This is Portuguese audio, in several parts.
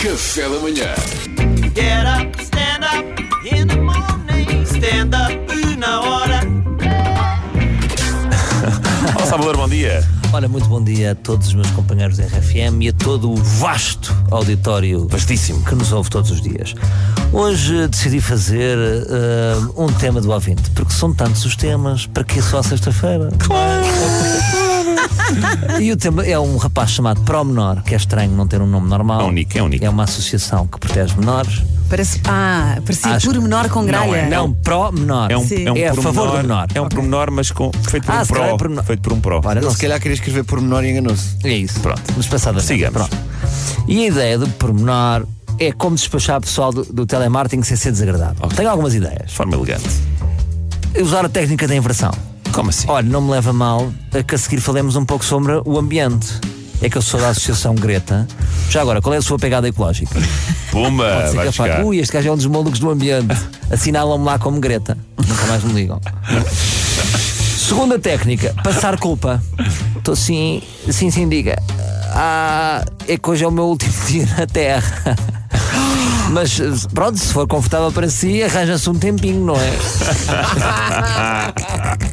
Café da manhã. Get up, stand up in the morning. Stand up na hora. Ó Salvador, bom dia. Ora, muito bom dia a todos os meus companheiros da RFM e a todo o vasto auditório Vastíssimo. que nos ouve todos os dias. Hoje eh, decidi fazer eh, um tema do ouvinte, porque são tantos os temas, para que só a sexta-feira? E o tema é um rapaz chamado Promenor, que é estranho não ter um nome normal. É um nick, é um nick. É uma associação que protege menores. Parece, ah, parecia Acho- pormenor com gralha. é, Não, Promenor. É um, Sim. é um É a pormenor- favor do menor. É um pormenor, mas com, feito por Ah, um se calhar é pró. pormenor. Feito por um pró. Ora, não Ele sei. se calhar queria escrever por menor e enganou-se. É isso. Pronto. Nos passados Sigamos. Pronto. E a ideia do pormenor é como despachar pessoal do, do telemarketing sem ser desagradável. Tenho algumas ideias. De forma elegante. Usar a técnica da inversão. Como assim? Olha, não me leva a mal é que a seguir falemos um pouco sobre o ambiente. É que eu sou da Associação Greta. Já agora, qual é a sua pegada ecológica? Pumba, Sei que vai eles falam, buscar. Ui, este gajo é um dos malucos do ambiente. Assinalam-me lá como Greta. Nunca mais me ligam. Segunda técnica, passar culpa. Estou sim, sim, sim, diga. Ah, é que hoje é o meu último dia na Terra. Mas eh, pronto, se for confortável para si, arranja-se um tempinho, não é?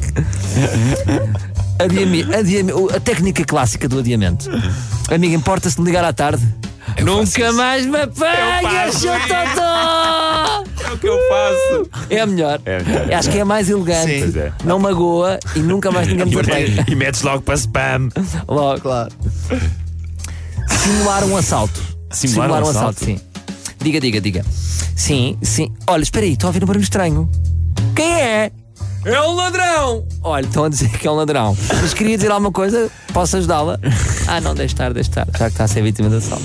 Adiami, adiami, o- a técnica clássica do adiamento. Amigo, importa-se de me ligar à tarde? Nunca mais me faço apanhas, seu totó! É o que eu faço. É a melhor. É a melhor. Acho que é a mais elegante. Sim. Pois é. Não magoa e nunca mais ninguém E, me apanha. metes, e metes logo para spam. Logo. Claro. Simular um assalto. Simular um assalto? sim. Diga, diga, diga. Sim, sim. Olha, espera aí, estou a ouvir um barulho estranho. Quem é? É um ladrão! Olha, estão a dizer que é um ladrão. Mas queria dizer alguma coisa, posso ajudá-la? Ah, não, deixe estar, deixe estar. Já que está a ser vítima de assalto.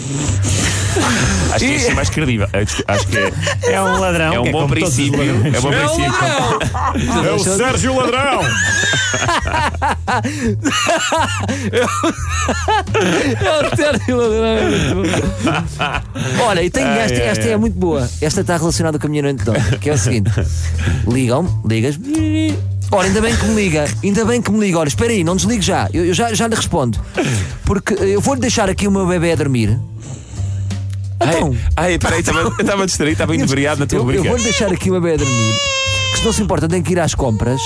Acho que este é mais credível. Eh, desculpa, Acho que é, é um ladrão. É um bom princípio. É um bom princípio. É o Sérgio Ladrão! é o Sérgio Ladrão! é muito bom. Olha, e tenho Ai, esta, ai, esta ai. é muito boa. Esta está relacionada com a minha noite de ontem, que é o seguinte: ligam-me, ligas. Ora, ainda bem que me liga, ainda bem que me liga. Olha, espera aí, não desligue já, eu, eu já, já lhe respondo. Porque eh, eu vou-lhe deixar aqui o meu bebê a dormir. Então, Ai, peraí, estava- eu estava distraído, estava inebriado na tua eu, eu rubrica. vou-lhe deixar aqui uma bem a dormir, que se não se importa, tenho que ir às compras.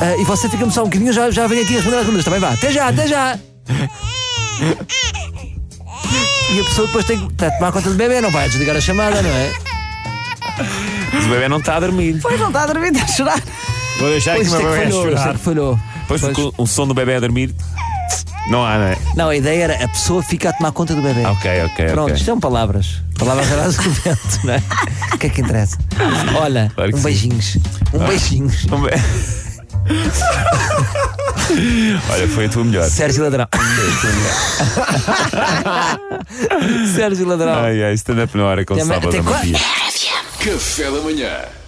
Ah, e você fica-me só um bocadinho, eu já, já venho aqui responder às perguntas. Também vá, até já, até já! E a pessoa depois tem que tá, tomar conta do bebê, não vai desligar a chamada, não é? Mas o bebê não está a dormir. Pois não está a dormir, está a chorar. Vou deixar Pois isto é que falhou, isto é que falhou. Pois Pois. porque o som do bebê a dormir. Não há, não é? Não, a ideia era a pessoa fica a tomar conta do bebê. Ah, Ok, ok, Pronto, ok. isto são palavras. Palavras elas do vento, não é? O que é que interessa? Olha, Claro que um sim. beijinhos. Um beijinhos. Um be- Olha, foi a tua melhor. Sérgio Ladrão. Sérgio Ladrão. Ai, ai, stand-up na hora com o Tem- sábado. tem bom qua- dia. Café da manhã.